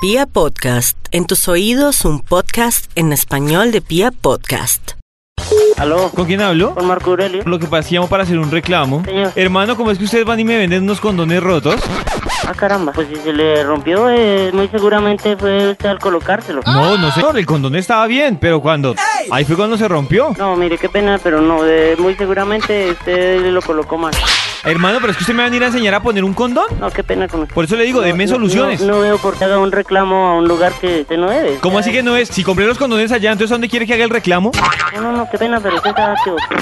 Pia Podcast, en tus oídos un podcast en español de Pia Podcast. ¿Aló? ¿Con quién hablo? ¿Con Marco Aurelio? Por lo que pasamos para hacer un reclamo. Señor. Hermano, ¿cómo es que ustedes van y me venden unos condones rotos? Ah, caramba. Pues si se le rompió, eh, muy seguramente fue usted al colocárselo. No, no señor, el condón estaba bien, pero cuando... Ahí fue cuando se rompió. No, mire, qué pena, pero no, eh, muy seguramente usted lo colocó mal. Hermano, pero es que usted me van a ir a enseñar a poner un condón. No, qué pena con usted. Por eso le digo, No, denme no, soluciones. No, no veo por qué haga un reclamo a un lugar que usted no debe. ¿Cómo Ya, así que no es? Si compré los condones allá, entonces ¿a ¿dónde quiere que haga el reclamo? No, no, no, qué pena, pero usted estaba equivocado.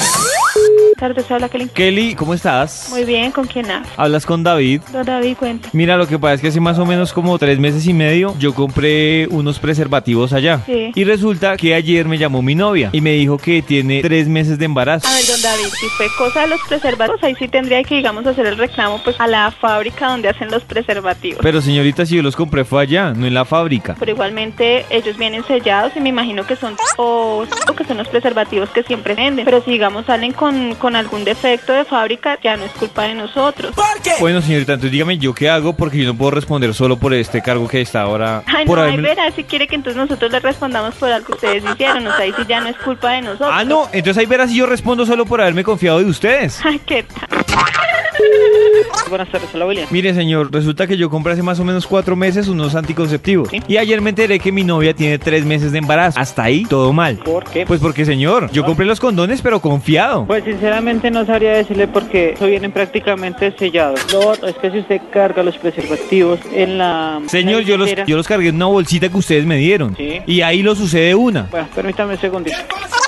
tardes, habla Kelly. Kelly, ¿cómo estás? Muy bien, ¿con quién hablas? Hablas con David. Don David, cuenta. Mira, lo que pasa es que hace más o menos como tres meses y medio yo compré unos preservativos allá. Sí. Y resulta que ayer me llamó mi novia y me dijo que tiene tres meses de embarazo. A ver, don David, si fue cosa de los preservativos, ahí sí tendría que, digamos, hacer el reclamo pues a la fábrica donde hacen los preservativos. Pero señorita, si yo los compré fue allá, no en la fábrica. Pero igualmente ellos vienen sellados y me imagino que son o, o que son los preservativos que siempre venden. Pero si, digamos, salen con, con algún defecto de fábrica, ya no es culpa de nosotros. Bueno, señorita, entonces dígame yo qué hago porque yo no puedo responder solo por este cargo que está ahora. Ay, por no, ahí haberme- verá si quiere que entonces nosotros le respondamos por algo que ustedes hicieron. O sea, ahí sí ya no es culpa de nosotros. Ah, no, entonces ahí verás si yo respondo solo por haberme confiado de ustedes. Ay, qué tal. Buenas tardes, hola, William. Mire, señor, resulta que yo compré hace más o menos cuatro meses unos anticonceptivos. Y ayer me enteré que mi novia tiene tres meses de embarazo. Hasta ahí, todo mal. ¿Por qué? Pues porque, señor, yo compré los condones, pero confiado. Pues sinceramente no sabría decirle porque eso vienen prácticamente sellados. Lo otro es que si usted carga los preservativos en la... Señor, yo los, billetera- yo los cargué en una bolsita que ustedes me dieron. Sí. Y ahí lo sucede una. Bueno, permítame un segundito.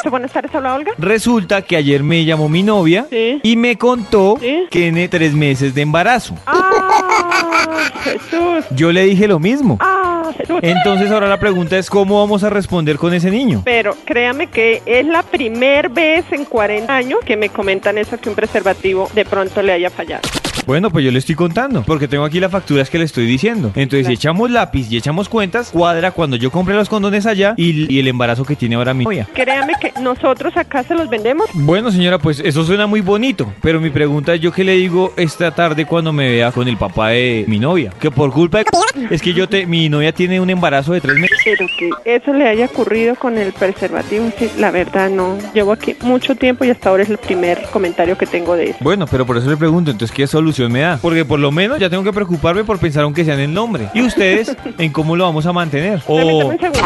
Buenas tardes, habla Olga. Resulta que ayer me llamó mi novia Sí. y me contó Sí. que tiene tres meses de embarazo. ¡Ah! Jesús, Yo le dije lo mismo. ¡Ah! Jesús. Entonces ahora la pregunta es cómo vamos a responder con ese niño. Pero créame que es la primera vez en 40 años que me comentan eso que un preservativo de pronto le haya fallado. Bueno, pues yo le estoy contando, porque tengo aquí las facturas que le estoy diciendo. Entonces si echamos lápiz y echamos cuentas, cuadra cuando yo compré los condones allá y, y el embarazo que tiene ahora mi novia. Créame que nosotros acá se los vendemos. Bueno señora, pues eso suena muy bonito, pero mi pregunta es yo qué le digo esta tarde cuando me vea con el papá de mi novia, que por culpa de... Es que yo te... Mi novia tiene un embarazo de tres meses. Pero que eso le haya ocurrido con el preservativo, sí, la verdad no. Llevo aquí mucho tiempo y hasta ahora es el primer comentario que tengo de eso. Bueno, pero por eso le pregunto, entonces, ¿qué solución me da? Porque por lo menos ya tengo que preocuparme por pensar aunque sea en el nombre. ¿Y ustedes en cómo lo vamos a mantener? Permítame O, un segundo.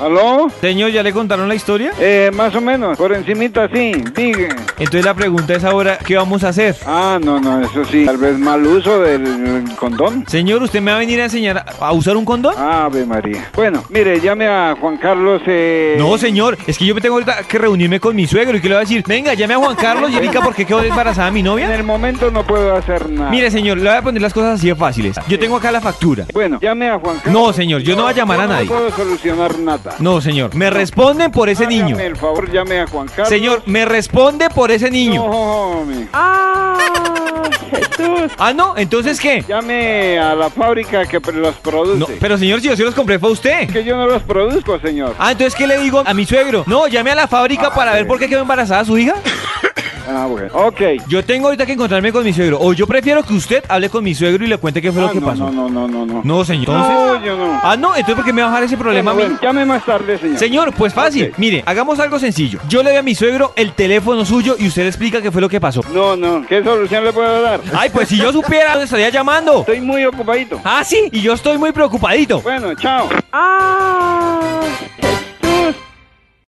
¿Aló? señor, ¿ya le contaron la historia? Eh, más o menos, por encimita sí, diga. Entonces la pregunta es ahora, ¿qué vamos a hacer? Ah, no, no, eso sí, tal vez mal uso del condón. Señor, ¿usted me va a venir a enseñar a- a usar un condón? Ave María. Bueno, mire, llame a Juan Carlos, eh... No, señor, es que yo me tengo ahorita que reunirme con mi suegro y que le voy a decir, venga, llame a Juan Carlos y diga por qué quedó embarazada mi En novia. el momento no puedo hacer nada. Mire, señor, le voy a poner las cosas así de fáciles. Yo tengo acá la factura. Bueno, llame a Juan Carlos. No, señor, yo no voy a llamar a nadie. No puedo solucionar nada. No, señor, me responden por ese niño. Hágame el favor, llame a Juan Carlos. Señor, me responde por ese niño. No, mi. ¡Ah! Jesús. Ah, no, entonces qué? Llame a la fábrica que pre- los produce. No, pero señor, si yo se los compré fue a usted. Que yo no los produzco, señor. Ah, entonces qué le digo a mi suegro? No, llame a la fábrica Ah, para ver eh. por qué quedó embarazada su hija. Ah, bueno. Ok. Yo tengo ahorita que encontrarme con mi suegro. O yo prefiero que usted hable con mi suegro y le cuente qué fue Ah, lo que no, pasó. No, no, no, no, no. No, señor. No, Entonces. yo no. Ah, no, entonces ¿por qué me va a bajar ese problema a mí? Bueno, bueno, llame más tarde, señor. Señor, pues fácil. Ok. Mire, hagamos algo sencillo. Yo le doy a mi suegro el teléfono suyo y usted le explica qué fue lo que pasó. No, no. ¿Qué solución le puedo dar? Ay, pues si yo supiera, le estaría llamando. Estoy muy ocupadito. Ah, sí, y yo estoy muy preocupadito. Bueno, chao. ¡Ah!